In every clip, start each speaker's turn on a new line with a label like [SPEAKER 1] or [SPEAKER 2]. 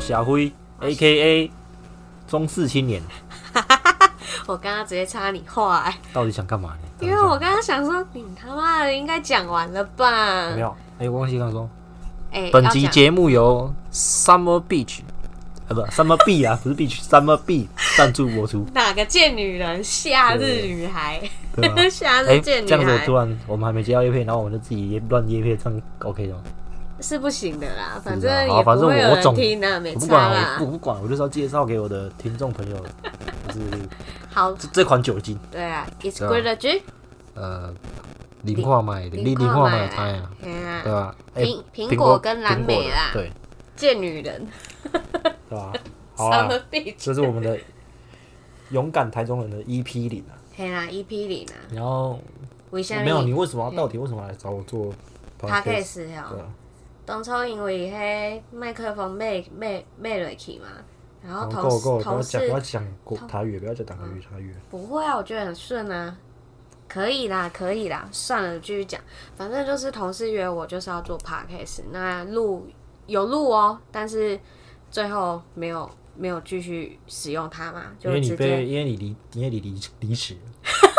[SPEAKER 1] 小辉，A K A 中四青年，
[SPEAKER 2] 我刚刚直接插你话、欸，
[SPEAKER 1] 到底想干嘛呢？
[SPEAKER 2] 因为我刚刚想说，你他妈的应该讲完了吧？
[SPEAKER 1] 没有，哎、我忘记刚说，
[SPEAKER 2] 哎、
[SPEAKER 1] 本
[SPEAKER 2] 要
[SPEAKER 1] 集
[SPEAKER 2] 讲
[SPEAKER 1] 节目由 Summer Beach 啊，不 Summer B 啊， 不是 Beach，Summer B 赞助播 出，
[SPEAKER 2] 哪个贱女人？夏日女孩，？
[SPEAKER 1] 对吧
[SPEAKER 2] 夏
[SPEAKER 1] 哎、
[SPEAKER 2] 日贱女
[SPEAKER 1] 这样子
[SPEAKER 2] 孩、
[SPEAKER 1] 突然我们还没接到叶片，然后我们就自己乱叶片，这样 OK 的吗？
[SPEAKER 2] 是不行的啦，反
[SPEAKER 1] 不知道
[SPEAKER 2] 正
[SPEAKER 1] 好
[SPEAKER 2] 也
[SPEAKER 1] 反
[SPEAKER 2] 不
[SPEAKER 1] 正
[SPEAKER 2] 会有
[SPEAKER 1] 我总
[SPEAKER 2] 人听的，没
[SPEAKER 1] 我不
[SPEAKER 2] 差
[SPEAKER 1] 管啊了，我
[SPEAKER 2] 啦。
[SPEAKER 1] 不不管，我就是要介绍给我的听众朋友，就是
[SPEAKER 2] 好，
[SPEAKER 1] 这这款酒精，
[SPEAKER 2] 对啊，It's
[SPEAKER 1] 对啊
[SPEAKER 2] good 的局，
[SPEAKER 1] 呃，零化买的，零
[SPEAKER 2] 零
[SPEAKER 1] 零化买的它
[SPEAKER 2] 买
[SPEAKER 1] 哎呀，
[SPEAKER 2] 嘿
[SPEAKER 1] 对
[SPEAKER 2] 啊，
[SPEAKER 1] 吧？哎
[SPEAKER 2] 苹苹
[SPEAKER 1] 苹
[SPEAKER 2] 果跟蓝
[SPEAKER 1] 苹果
[SPEAKER 2] 莓
[SPEAKER 1] 的
[SPEAKER 2] 啦，
[SPEAKER 1] 对，
[SPEAKER 2] 贱女人
[SPEAKER 1] 对 吧？好 啊，
[SPEAKER 2] ，Summer Beach，
[SPEAKER 1] 这是我们的勇敢台中人的 EP 零啊。
[SPEAKER 2] 嘿啦，EP 零啊，
[SPEAKER 1] 然后
[SPEAKER 2] 为什么
[SPEAKER 1] 没有你为什么要到底为什么来找我做 podcast？
[SPEAKER 2] ？Podcast 哦
[SPEAKER 1] 对。啊，
[SPEAKER 2] 当初因为迄麦克风买买买落去嘛，然后
[SPEAKER 1] 然
[SPEAKER 2] 同
[SPEAKER 1] 哦后够够，
[SPEAKER 2] 事
[SPEAKER 1] 不要讲不
[SPEAKER 2] 同
[SPEAKER 1] 要
[SPEAKER 2] 事
[SPEAKER 1] 讲国台语，不要讲台语台语。
[SPEAKER 2] 不会啊，我觉得很顺啊，可以啦，可以啦，算了，继续讲，反正就是同事约我就是要做 podcast，那录有录哦，但是最后没有没有继续使用它嘛，
[SPEAKER 1] 因
[SPEAKER 2] 就
[SPEAKER 1] 为你
[SPEAKER 2] 直接
[SPEAKER 1] 被因为你离因为你离离职了，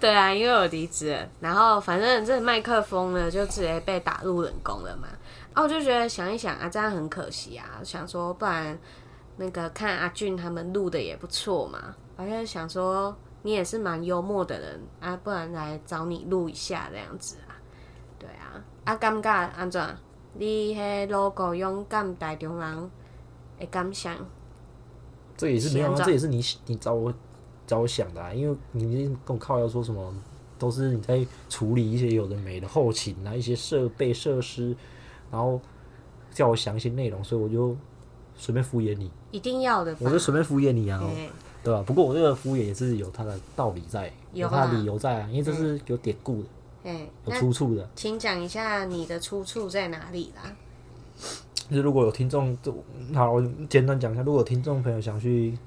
[SPEAKER 2] 对啊，因为我离职了，然后反正这麦克风呢就直接被打入冷宫了嘛。啊，我就觉得想一想啊，这样很可惜啊，想说不然那个看阿俊他们录的也不错嘛，而且想说你也是蛮幽默的人啊，不然来找你录一下这样子啊。对啊，啊，感觉安怎？你迄 logo 勇敢大中人的感想？
[SPEAKER 1] 这也是没有
[SPEAKER 2] 现
[SPEAKER 1] 啊，
[SPEAKER 2] 在
[SPEAKER 1] 这也是你你找我找我想的啊，因为你跟我靠要说什么，都是你在处理一些有的没的后勤啊，一些设备设施，然后叫我想一些内容，所以我就随便敷衍你，
[SPEAKER 2] 一定要的吧？
[SPEAKER 1] 我就随便敷衍你啊，
[SPEAKER 2] 嘿
[SPEAKER 1] 对吧、不过我这个敷衍也是有它的道理在，
[SPEAKER 2] 有
[SPEAKER 1] 它
[SPEAKER 2] 啦
[SPEAKER 1] 的理由在啊，因为这是有典故的，
[SPEAKER 2] 嘿
[SPEAKER 1] 有
[SPEAKER 2] 那
[SPEAKER 1] 出处的。
[SPEAKER 2] 请讲一下你的出处在哪里啦？
[SPEAKER 1] 就是如果有听众，就好，我简单讲一下，如果有听众朋友想去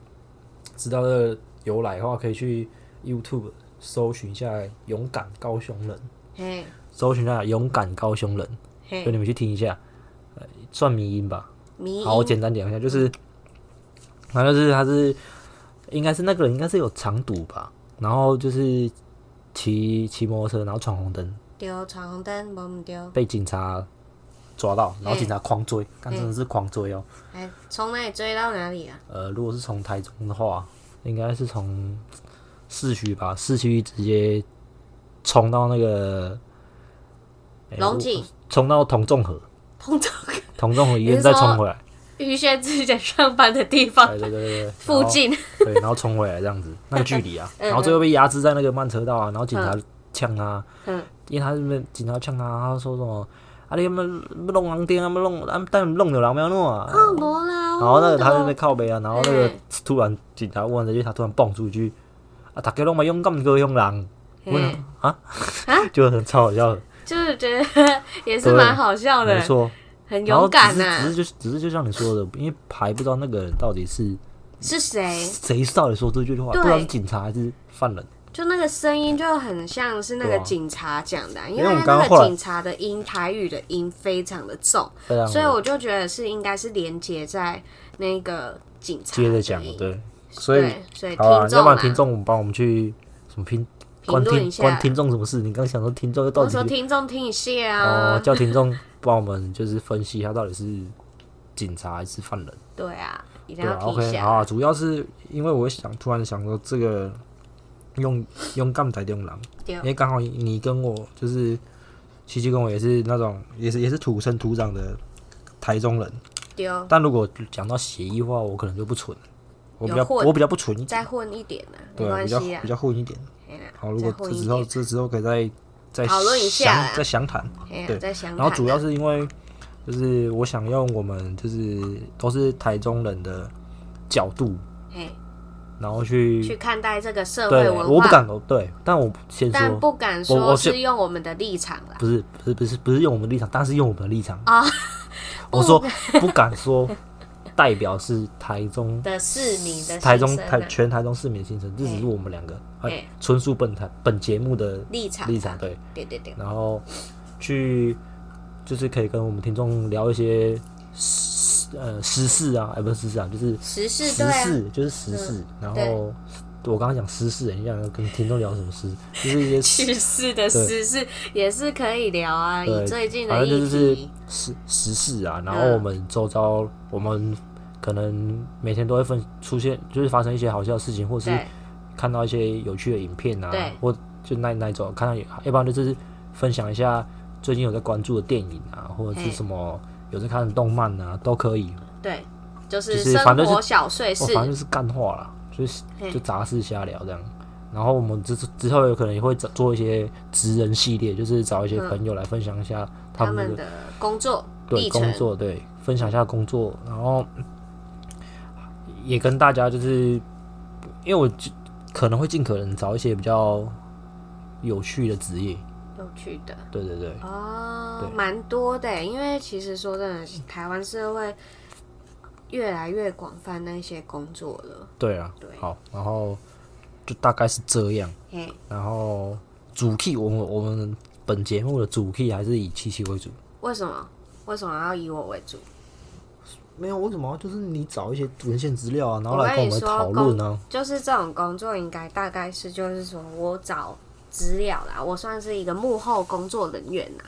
[SPEAKER 1] 知道这个由来的话，可以去 YouTube 搜寻一下“勇敢高雄人
[SPEAKER 2] 嘿，”，
[SPEAKER 1] 搜寻一下“勇敢高雄人”，就
[SPEAKER 2] 嘿，
[SPEAKER 1] 你们去听一下，呃，算迷音吧。
[SPEAKER 2] 迷
[SPEAKER 1] 好，我
[SPEAKER 2] 音
[SPEAKER 1] 简单讲一下，就是，反正就是他是，应该是那个人应该是有长赌吧，然后就是骑骑摩托车，然后闯红灯，
[SPEAKER 2] 丢闯红灯，无唔丢，
[SPEAKER 1] 被警察抓到，然后警察狂追，但真的是狂追哦、
[SPEAKER 2] 哎，从哪里追到哪里啊？
[SPEAKER 1] 呃，如果是从台中的话，应该是从市区吧，市区直接冲到那个哎
[SPEAKER 2] 龙井
[SPEAKER 1] 我冲到同众河，
[SPEAKER 2] 碰到
[SPEAKER 1] 同众河医
[SPEAKER 2] 你
[SPEAKER 1] 院
[SPEAKER 2] 是
[SPEAKER 1] 再
[SPEAKER 2] 说
[SPEAKER 1] 冲回来，
[SPEAKER 2] 于轩之前上班的地方
[SPEAKER 1] 对对对对，对
[SPEAKER 2] 附，近，
[SPEAKER 1] 然后对，然后冲回来这样子，那个距 离
[SPEAKER 2] 嗯
[SPEAKER 1] 啊，然后最后被压制在那个慢车道啊，然后警察呛他，
[SPEAKER 2] 嗯
[SPEAKER 1] 因为他是被警察呛他，他说什么啊你们弄狼店，啊，没弄，啊但弄牛狼没有弄啊，
[SPEAKER 2] 哦，无啦，
[SPEAKER 1] 然后那个他在那
[SPEAKER 2] 我
[SPEAKER 1] 边靠背啊，然后那个
[SPEAKER 2] 嗯
[SPEAKER 1] 突然警察问了一句，他突然蹦出一句：“啊，大家拢嘛勇敢个用人。”
[SPEAKER 2] 嘿
[SPEAKER 1] 我想啊，就很超好笑的，
[SPEAKER 2] 就是觉得也是
[SPEAKER 1] 对
[SPEAKER 2] 蛮好笑
[SPEAKER 1] 没
[SPEAKER 2] 的，
[SPEAKER 1] 错。
[SPEAKER 2] 很
[SPEAKER 1] 然后
[SPEAKER 2] 勇
[SPEAKER 1] 只
[SPEAKER 2] 敢啊
[SPEAKER 1] 是只
[SPEAKER 2] 呐
[SPEAKER 1] 是。就是只是就像你说的，因为还不知道那个人到底是
[SPEAKER 2] 是谁？
[SPEAKER 1] 谁到底说这句话，不
[SPEAKER 2] 哎对
[SPEAKER 1] 知道是警察还是犯人。
[SPEAKER 2] 就那个声音就很像是那个
[SPEAKER 1] 对啊
[SPEAKER 2] 警察讲的啊，因
[SPEAKER 1] 因为我
[SPEAKER 2] 为
[SPEAKER 1] 们刚
[SPEAKER 2] 那
[SPEAKER 1] 刚后
[SPEAKER 2] 个
[SPEAKER 1] 来
[SPEAKER 2] 警察的音台语的音非常的重，
[SPEAKER 1] 非常
[SPEAKER 2] 所以我就觉得是应该是连接在那个警察
[SPEAKER 1] 接
[SPEAKER 2] 的
[SPEAKER 1] 着讲
[SPEAKER 2] 音，
[SPEAKER 1] 对，所以
[SPEAKER 2] 对，所以
[SPEAKER 1] 好啊，
[SPEAKER 2] 听
[SPEAKER 1] 要
[SPEAKER 2] 众
[SPEAKER 1] 不然
[SPEAKER 2] 嘛，
[SPEAKER 1] 听众我们帮我们去什么听
[SPEAKER 2] 评
[SPEAKER 1] 关
[SPEAKER 2] 论
[SPEAKER 1] 听
[SPEAKER 2] 一下
[SPEAKER 1] 关，听众什么事？你刚想说听众又到
[SPEAKER 2] 我
[SPEAKER 1] 底
[SPEAKER 2] 说
[SPEAKER 1] 是
[SPEAKER 2] 听众听一下
[SPEAKER 1] 哦，
[SPEAKER 2] 啊，
[SPEAKER 1] 叫听众帮我们就是分析一下到底是警察还是犯人。
[SPEAKER 2] 对啊，一定
[SPEAKER 1] 对
[SPEAKER 2] 要
[SPEAKER 1] 啊
[SPEAKER 2] 听一
[SPEAKER 1] ，OK，
[SPEAKER 2] 下。
[SPEAKER 1] 好啊，主要是因为我想突然想说这个用用干台用狼，
[SPEAKER 2] 对
[SPEAKER 1] 因为刚好你跟我就是七七跟我也是那种也是也是土生土长的台中人，
[SPEAKER 2] 嗯丢
[SPEAKER 1] 但如果讲到协议的话，我可能就不纯，我比
[SPEAKER 2] 有
[SPEAKER 1] 较
[SPEAKER 2] 混
[SPEAKER 1] 我比较不纯一点，
[SPEAKER 2] 再混一点呢，没
[SPEAKER 1] 对啊，
[SPEAKER 2] 关
[SPEAKER 1] 比较
[SPEAKER 2] 系啊
[SPEAKER 1] 比。较混一点。
[SPEAKER 2] 嘿啦
[SPEAKER 1] 好，如
[SPEAKER 2] 再
[SPEAKER 1] 果
[SPEAKER 2] 混
[SPEAKER 1] 这
[SPEAKER 2] 一
[SPEAKER 1] 之后
[SPEAKER 2] 点，
[SPEAKER 1] 这之后可以再再
[SPEAKER 2] 讨论一下
[SPEAKER 1] 详
[SPEAKER 2] 啦
[SPEAKER 1] 再详谈。
[SPEAKER 2] 嘿啦
[SPEAKER 1] 对
[SPEAKER 2] 再想。啊
[SPEAKER 1] 然后主要是因为，就是我想用我们就是都是台中人的角度，
[SPEAKER 2] 嘿
[SPEAKER 1] 然后去
[SPEAKER 2] 去看待这个社会
[SPEAKER 1] 对，
[SPEAKER 2] 文化，
[SPEAKER 1] 我不，敢哦对，但我先
[SPEAKER 2] 但
[SPEAKER 1] 说，
[SPEAKER 2] 不敢
[SPEAKER 1] 我
[SPEAKER 2] 说
[SPEAKER 1] 我是
[SPEAKER 2] 是用我们的立场啦。
[SPEAKER 1] 不是不是不是不是用我们的立场，但是用我们的立场
[SPEAKER 2] 啊。
[SPEAKER 1] 我 说不敢说，代表是台中
[SPEAKER 2] 的市民的
[SPEAKER 1] 台中
[SPEAKER 2] 心声啊
[SPEAKER 1] 台全台中市民的心声，这只是我们两个
[SPEAKER 2] 嘿
[SPEAKER 1] 哎纯属本台本节目的
[SPEAKER 2] 立场啊
[SPEAKER 1] 立场对，
[SPEAKER 2] 对对对，
[SPEAKER 1] 然后去就是可以跟我们听众聊一些时呃时事啊，哎、不是时事啊，就是
[SPEAKER 2] 时事
[SPEAKER 1] 时
[SPEAKER 2] 对啊，
[SPEAKER 1] 事，就是时事。然
[SPEAKER 2] 对
[SPEAKER 1] 后我刚刚讲时事，欸你想跟听众聊什么事？就是一些
[SPEAKER 2] 去世的时事也是可以聊啊，以
[SPEAKER 1] 对
[SPEAKER 2] 最近
[SPEAKER 1] 反
[SPEAKER 2] 的
[SPEAKER 1] 正
[SPEAKER 2] 议
[SPEAKER 1] 就
[SPEAKER 2] 题，
[SPEAKER 1] 是时时事啊，然后
[SPEAKER 2] 嗯
[SPEAKER 1] 我们周遭，我们可能每天都会分出现，就是发生一些好笑的事情，或是
[SPEAKER 2] 对
[SPEAKER 1] 看到一些有趣的影片啊
[SPEAKER 2] 对，
[SPEAKER 1] 或就那那一种，看到有，要不然就是分享一下最近有在关注的电影啊，或者
[SPEAKER 2] 嘿
[SPEAKER 1] 是什么有在看的动漫啊，都可以。
[SPEAKER 2] 对，就
[SPEAKER 1] 就是是
[SPEAKER 2] 生
[SPEAKER 1] 反正是
[SPEAKER 2] 活小碎
[SPEAKER 1] 哦，
[SPEAKER 2] 事，
[SPEAKER 1] 反正就是干话啦，就是
[SPEAKER 2] 嘿
[SPEAKER 1] 就杂事瞎聊这样。然后我们之之后有可能也会找做一些职人系列，就是找一些
[SPEAKER 2] 嗯
[SPEAKER 1] 朋友来分享一下他
[SPEAKER 2] 他
[SPEAKER 1] 们的
[SPEAKER 2] 们的工作
[SPEAKER 1] 对
[SPEAKER 2] 历程
[SPEAKER 1] 工，作，对分享一下工作，然后也跟大家就是，因为我就可能会尽可能找一些比较有趣的职业，
[SPEAKER 2] 有趣的。
[SPEAKER 1] 对对对，
[SPEAKER 2] 哦
[SPEAKER 1] 对，
[SPEAKER 2] 蛮多的欸耶，因为其实说真的，台湾社会越来越广泛那些工作了。
[SPEAKER 1] 对啊
[SPEAKER 2] 对，
[SPEAKER 1] 好，然后就大概是这样，
[SPEAKER 2] 嘿，
[SPEAKER 1] 然后主 key 我们我们本节目的主 key 还是以七七为主，
[SPEAKER 2] 为什么？为什么要以我为主？
[SPEAKER 1] 没有为什么？就是你找一些文献资料啊，然后
[SPEAKER 2] 我
[SPEAKER 1] 来跟
[SPEAKER 2] 跟你
[SPEAKER 1] 我们
[SPEAKER 2] 说
[SPEAKER 1] 讨论啊，
[SPEAKER 2] 就是这种工作，应该大概是就是说我找资料啦，我算是一个幕后工作人员呐，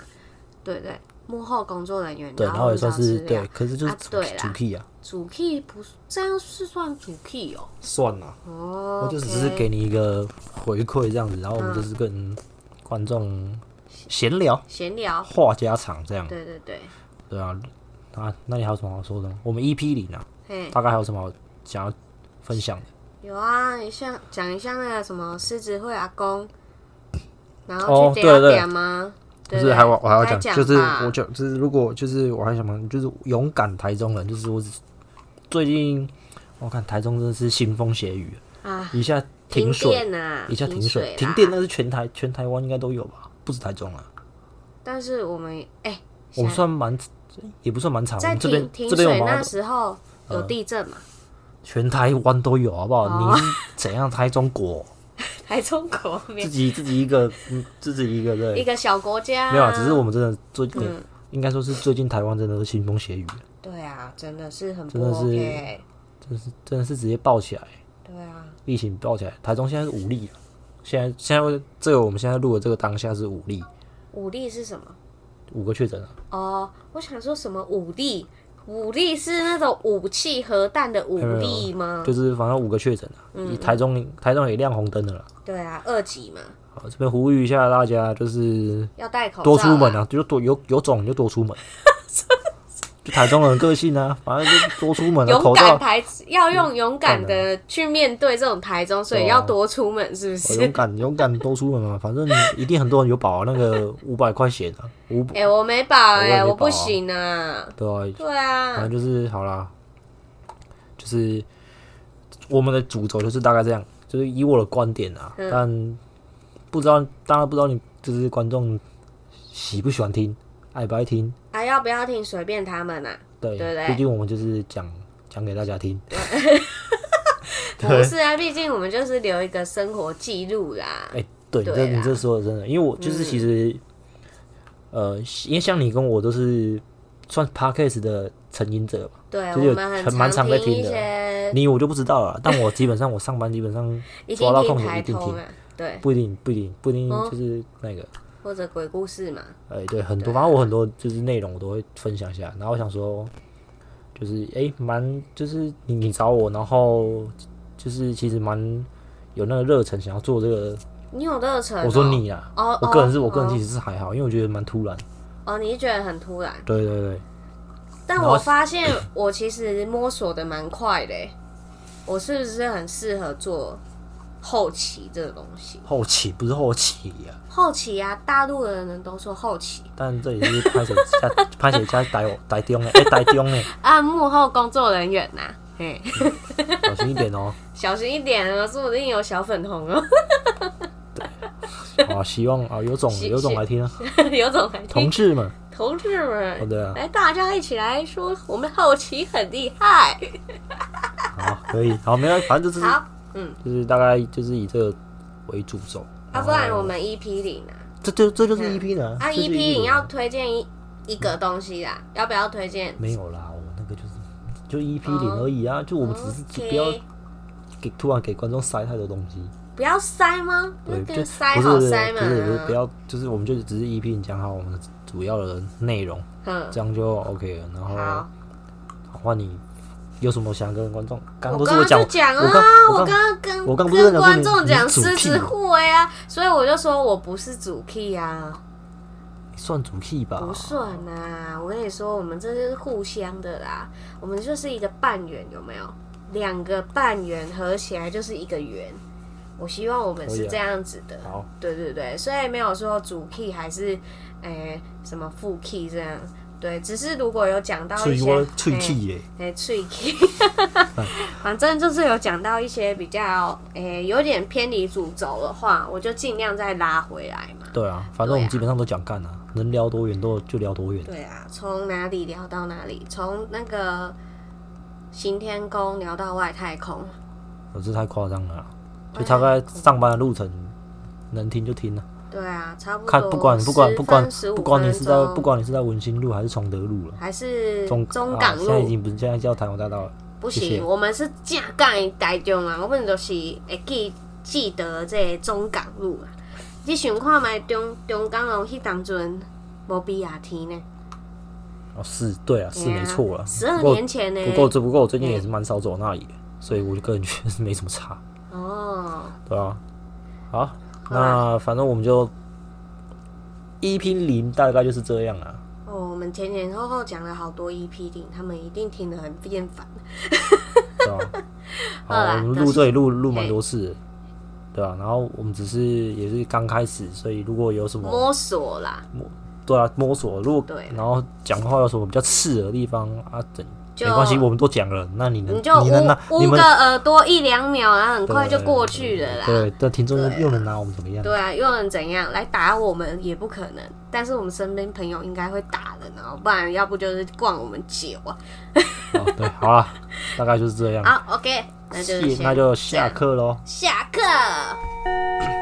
[SPEAKER 2] 对不对？幕后工作人员，
[SPEAKER 1] 对，然后也
[SPEAKER 2] 找
[SPEAKER 1] 算是
[SPEAKER 2] 资
[SPEAKER 1] 对
[SPEAKER 2] 料。，
[SPEAKER 1] 可是就是
[SPEAKER 2] 啊
[SPEAKER 1] 主
[SPEAKER 2] 对啦
[SPEAKER 1] 主 key 啊，
[SPEAKER 2] 主 key 不是这样是算主 key 哦。
[SPEAKER 1] 算了。
[SPEAKER 2] 哦，
[SPEAKER 1] 我就只是
[SPEAKER 2] OK 嗯
[SPEAKER 1] 给你一个回馈这样子，然后我们就是跟观众闲聊、
[SPEAKER 2] 闲聊。
[SPEAKER 1] 话家常这样，
[SPEAKER 2] 对对对，
[SPEAKER 1] 对啊。啊，那你还有什么好说的吗？我们 EP 零啊，
[SPEAKER 2] 嘿，
[SPEAKER 1] 大概还有什么好想要分享的？
[SPEAKER 2] 有啊，你像讲一下那个什么狮子会阿公，然后
[SPEAKER 1] 哦
[SPEAKER 2] 去
[SPEAKER 1] 对
[SPEAKER 2] 啊点
[SPEAKER 1] 对
[SPEAKER 2] 点吗？
[SPEAKER 1] 不
[SPEAKER 2] 对
[SPEAKER 1] 是，
[SPEAKER 2] 对
[SPEAKER 1] 还有我还要
[SPEAKER 2] 该
[SPEAKER 1] 讲，
[SPEAKER 2] 讲
[SPEAKER 1] 就是
[SPEAKER 2] 吧
[SPEAKER 1] 我讲，就是如果就是我还想嘛，就是勇敢台中人，就是我只最近我看台中真的是腥风血雨，
[SPEAKER 2] 啊，
[SPEAKER 1] 一下
[SPEAKER 2] 停
[SPEAKER 1] 停水，
[SPEAKER 2] 电啊，
[SPEAKER 1] 一下
[SPEAKER 2] 停
[SPEAKER 1] 停水，停
[SPEAKER 2] 啦
[SPEAKER 1] 电那是全台全台湾应该都有吧，不止台中啊。
[SPEAKER 2] 但是我们哎，
[SPEAKER 1] 我们
[SPEAKER 2] 想
[SPEAKER 1] 算蛮，也不算蛮长，我
[SPEAKER 2] 在
[SPEAKER 1] 们这边
[SPEAKER 2] 停停
[SPEAKER 1] 这边
[SPEAKER 2] 水
[SPEAKER 1] 我们
[SPEAKER 2] 那
[SPEAKER 1] 好像
[SPEAKER 2] 时候有地震嘛，
[SPEAKER 1] 全台湾都有，好不好？
[SPEAKER 2] 哦
[SPEAKER 1] 你是怎样台中国
[SPEAKER 2] 还中国 没
[SPEAKER 1] 自己自己一个，嗯自己一个
[SPEAKER 2] 一
[SPEAKER 1] 对，
[SPEAKER 2] 个小国家，
[SPEAKER 1] 没有啊，只是我们真的最近、
[SPEAKER 2] 嗯
[SPEAKER 1] 应该说是最近台湾真的是腥风血雨，
[SPEAKER 2] 对啊，真的是很
[SPEAKER 1] 真
[SPEAKER 2] 不
[SPEAKER 1] 的是
[SPEAKER 2] OK，
[SPEAKER 1] 真是真的是直接爆起来，
[SPEAKER 2] 对啊，
[SPEAKER 1] 疫情爆起来，台中现在是五例了，啊现在现在这个我们现在录的这个当下是五例，
[SPEAKER 2] 武力是什么？
[SPEAKER 1] 五个确诊啊，
[SPEAKER 2] 哦，我想说什么武力？武力是那种武器核弹的武
[SPEAKER 1] 没有没有
[SPEAKER 2] 力吗？
[SPEAKER 1] 就是反正五个确诊啊，
[SPEAKER 2] 嗯
[SPEAKER 1] 台中台中也亮红灯了啦。
[SPEAKER 2] 对啊，二级嘛，
[SPEAKER 1] 好，这边呼吁一下大家，就是
[SPEAKER 2] 要戴口罩，
[SPEAKER 1] 多出门。啊，就多有有种你就多出 门。就台中人的个性啊，反正就多出门啊，
[SPEAKER 2] 勇
[SPEAKER 1] 口罩嗯
[SPEAKER 2] 敢台要用勇敢的去面对这种台中，所以
[SPEAKER 1] 对啊
[SPEAKER 2] 要多出门，是不
[SPEAKER 1] 哦
[SPEAKER 2] 是？
[SPEAKER 1] 勇敢勇敢多出门嘛，反正一定很多人有保、啊、那个五百块险啊，五
[SPEAKER 2] 哎、我没保
[SPEAKER 1] 我也没
[SPEAKER 2] 哎、
[SPEAKER 1] 保啊
[SPEAKER 2] 我不行啊。
[SPEAKER 1] 对啊，
[SPEAKER 2] 对
[SPEAKER 1] 反
[SPEAKER 2] 啊
[SPEAKER 1] 正，就是好啦，就是我们的主轴就是大概这样，就是以我的观点啊，
[SPEAKER 2] 嗯
[SPEAKER 1] 但不知道当然不知道你就是观众喜不喜欢听，爱不爱听，
[SPEAKER 2] 啊要不要听随便他们啊，
[SPEAKER 1] 对
[SPEAKER 2] 对不对，
[SPEAKER 1] 毕竟我们就是讲讲给大家 听，
[SPEAKER 2] 不是啊，毕竟我们就是留一个生活记录啦。
[SPEAKER 1] 哎、对，你
[SPEAKER 2] 对
[SPEAKER 1] 这
[SPEAKER 2] 啊嗯
[SPEAKER 1] 你这说的真的，因为我就是其实，呃，因为像你跟我都是算 podcast 的成瘾者嘛，
[SPEAKER 2] 对，
[SPEAKER 1] 就是有
[SPEAKER 2] 我们
[SPEAKER 1] 很蛮
[SPEAKER 2] 常
[SPEAKER 1] 常在
[SPEAKER 2] 听一
[SPEAKER 1] 听的
[SPEAKER 2] 些，
[SPEAKER 1] 你我就不知道了啦。但我基本上我上班基本上
[SPEAKER 2] 一
[SPEAKER 1] 抓
[SPEAKER 2] 定
[SPEAKER 1] 到
[SPEAKER 2] 听
[SPEAKER 1] 空闲
[SPEAKER 2] 台
[SPEAKER 1] 一定
[SPEAKER 2] 通
[SPEAKER 1] 听，
[SPEAKER 2] 啊，对，
[SPEAKER 1] 不一定不一定不一定
[SPEAKER 2] 哦
[SPEAKER 1] 就是那个，
[SPEAKER 2] 或者鬼故事嘛，
[SPEAKER 1] 哎、对，很多，
[SPEAKER 2] 对啊
[SPEAKER 1] 反正我很多就是内容我都会分享一下。然后我想说，就是哎，蛮、就是你你找我，然后就是其实蛮有那个热忱想要做这个。
[SPEAKER 2] 你有热忱、哦。
[SPEAKER 1] 我说你啊，
[SPEAKER 2] 哦，
[SPEAKER 1] 我个人是
[SPEAKER 2] 哦
[SPEAKER 1] 我个人
[SPEAKER 2] 哦
[SPEAKER 1] 其实是还好，因为我觉得蛮突然。
[SPEAKER 2] 哦，你是觉得很突然，
[SPEAKER 1] 对对对。
[SPEAKER 2] 但
[SPEAKER 1] 然后
[SPEAKER 2] 我发现我其实摸索的蛮快的欸，我是不是很适合做后期这个东西？
[SPEAKER 1] 后期不是后期呀、
[SPEAKER 2] 后期啊，大陆的人都说后期
[SPEAKER 1] 但这里是拍谁家 拍谁家逮我逮中哎、欸、逮中哎、
[SPEAKER 2] 啊，幕后工作人员呐、嘿，
[SPEAKER 1] 小心一点 哦、
[SPEAKER 2] 小心一点啊，说不定有小粉红哦，
[SPEAKER 1] 啊，希望啊有种
[SPEAKER 2] 是
[SPEAKER 1] 有种来听啊，
[SPEAKER 2] 有种来
[SPEAKER 1] 同
[SPEAKER 2] 听，
[SPEAKER 1] 志们，
[SPEAKER 2] 同志
[SPEAKER 1] 哦
[SPEAKER 2] 们，
[SPEAKER 1] 对啊，
[SPEAKER 2] 来大家一起来说，我们后期很厉害。
[SPEAKER 1] 嗯好哦可以，好没有，反正就是
[SPEAKER 2] 好，嗯，
[SPEAKER 1] 就是大概就是以这个为主轴，哦
[SPEAKER 2] 啊，不然我们 EP 零啊，
[SPEAKER 1] 这就这就是 EP 呢，
[SPEAKER 2] 啊
[SPEAKER 1] 这是 E
[SPEAKER 2] EP 零要推荐一一个东西啦，要不要推荐？
[SPEAKER 1] 没有啦，我那个就是就 EP 零而已啊，就我们只是就不要
[SPEAKER 2] 哦 OK
[SPEAKER 1] 给突然给观众塞太多东西，
[SPEAKER 2] 不要塞吗？
[SPEAKER 1] 对，
[SPEAKER 2] 那
[SPEAKER 1] 就
[SPEAKER 2] 个塞
[SPEAKER 1] 不是
[SPEAKER 2] 好
[SPEAKER 1] 不是
[SPEAKER 2] 塞嘛
[SPEAKER 1] 不，是不是不要，就是我们就只是 EP 你讲好我们的主要的内容，
[SPEAKER 2] 嗯，
[SPEAKER 1] 这样就 OK 了。然后
[SPEAKER 2] 好，
[SPEAKER 1] 好换你有什么想跟观众？刚刚
[SPEAKER 2] 我
[SPEAKER 1] 都是
[SPEAKER 2] 刚
[SPEAKER 1] 讲，
[SPEAKER 2] 刚就
[SPEAKER 1] 我
[SPEAKER 2] 讲啊
[SPEAKER 1] 刚，
[SPEAKER 2] 我
[SPEAKER 1] 我刚
[SPEAKER 2] 刚刚跟
[SPEAKER 1] 我刚不是
[SPEAKER 2] 跟
[SPEAKER 1] 跟你讲说
[SPEAKER 2] 观
[SPEAKER 1] 你
[SPEAKER 2] 众讲
[SPEAKER 1] 你主
[SPEAKER 2] 狮子
[SPEAKER 1] key
[SPEAKER 2] 会啊，所以我就说我不是主 key 啊，
[SPEAKER 1] 算主 key 吧，
[SPEAKER 2] 不算啊。我跟你说，我们这是互相的啦，我们就是一个半圆，有没有？两个半圆合起来就是一个圆。我希望我们
[SPEAKER 1] 可以
[SPEAKER 2] 是
[SPEAKER 1] 啊
[SPEAKER 2] 这样子的，
[SPEAKER 1] 好，
[SPEAKER 2] 对对对，所以没有说主 key 还是诶、什么副 key 这样，对，只是如果有讲到一
[SPEAKER 1] 吹
[SPEAKER 2] 些
[SPEAKER 1] 我吹
[SPEAKER 2] 诶
[SPEAKER 1] key 耶，
[SPEAKER 2] 哎、脆 K，反正就是有讲到一些比较哎、有点偏离主轴的话，我就尽量再拉回来嘛。
[SPEAKER 1] 对啊，反正我
[SPEAKER 2] 对
[SPEAKER 1] 们
[SPEAKER 2] 啊
[SPEAKER 1] 基本上都讲干了，能聊多远都就聊多远。
[SPEAKER 2] 对啊，从哪里聊到哪里，从那个行天宫聊到外太空，
[SPEAKER 1] 可是太夸
[SPEAKER 2] 哎
[SPEAKER 1] 张了啦，就大概上班的路程能听就听了、
[SPEAKER 2] 对啊，差不多。
[SPEAKER 1] 看不管不管不管
[SPEAKER 2] 15
[SPEAKER 1] 不管你是在
[SPEAKER 2] 分钟
[SPEAKER 1] 不管你是在文心路还是崇德路了，
[SPEAKER 2] 还是
[SPEAKER 1] 中
[SPEAKER 2] 中
[SPEAKER 1] 啊
[SPEAKER 2] 港
[SPEAKER 1] 现在已
[SPEAKER 2] 路，
[SPEAKER 1] 经不是现在叫台湾大道了，
[SPEAKER 2] 不
[SPEAKER 1] 谢
[SPEAKER 2] 行，
[SPEAKER 1] 谢
[SPEAKER 2] 我们是正港台中啊，我们就是会记记得这个中港路啊。你想看卖中中港路迄当阵无比亚天呢？
[SPEAKER 1] 哦是对啊是没错了，
[SPEAKER 2] 十二
[SPEAKER 1] 不过
[SPEAKER 2] 年前呢、
[SPEAKER 1] 不过这不过
[SPEAKER 2] 嗯
[SPEAKER 1] 我最近也是蛮少走那里的，所以我就个人觉得是没什么差，
[SPEAKER 2] 哦，
[SPEAKER 1] 对啊，好，
[SPEAKER 2] 好啦
[SPEAKER 1] 那反正我们就一拼零大概就是这样啊，
[SPEAKER 2] 哦，我们前前后后讲了好多 EP 零，他们一定听得很厌烦。
[SPEAKER 1] 对吧、
[SPEAKER 2] 好
[SPEAKER 1] 好，
[SPEAKER 2] 啦
[SPEAKER 1] 我们
[SPEAKER 2] 可
[SPEAKER 1] 录
[SPEAKER 2] 是
[SPEAKER 1] 这里录录蛮多次的，对啊，然后我们只是也是刚开始，所以如果有什么
[SPEAKER 2] 摸索啦，
[SPEAKER 1] 对啊摸索，如果
[SPEAKER 2] 对
[SPEAKER 1] 然后讲话有什么比较刺耳的地方啊，等
[SPEAKER 2] 就
[SPEAKER 1] 没关系，我们都讲了，那嗯你能
[SPEAKER 2] 你就
[SPEAKER 1] 能拿
[SPEAKER 2] 捂
[SPEAKER 1] 你
[SPEAKER 2] 捂
[SPEAKER 1] 们
[SPEAKER 2] 个耳朵一两秒，然后很快就过去了啦。啊
[SPEAKER 1] 对，但听众又又能拿我们怎么样？
[SPEAKER 2] 对啊，又能怎样来打我们也不可能，但是我们身边朋友应该会打人啊，不然要不就是灌我们酒啊。
[SPEAKER 1] 哦对，好了，大概就是这样，
[SPEAKER 2] 好，OK，那就
[SPEAKER 1] 谢那就下
[SPEAKER 2] 课，
[SPEAKER 1] 课喽。
[SPEAKER 2] 下课。